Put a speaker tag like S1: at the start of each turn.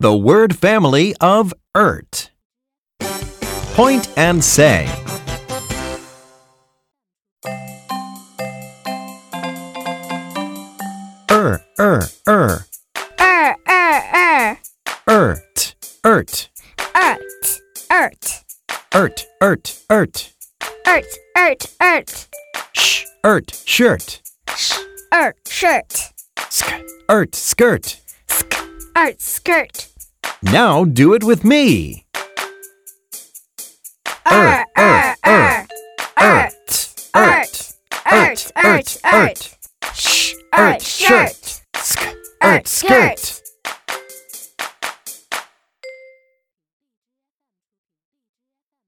S1: The word family of ERT. Point and say. Er, er, er,
S2: 二二二
S1: ert, ert,
S2: 二 t 二 t
S1: ert, ert, ert.
S2: 二 t 二 t 二 t
S1: Sh, ert, shirt.
S2: 二 shirt
S1: Sk, ert, skirt.
S2: sk 二 skirt
S1: Now do it with me.
S2: 二二二
S1: ert, ert, ert, ert, ert.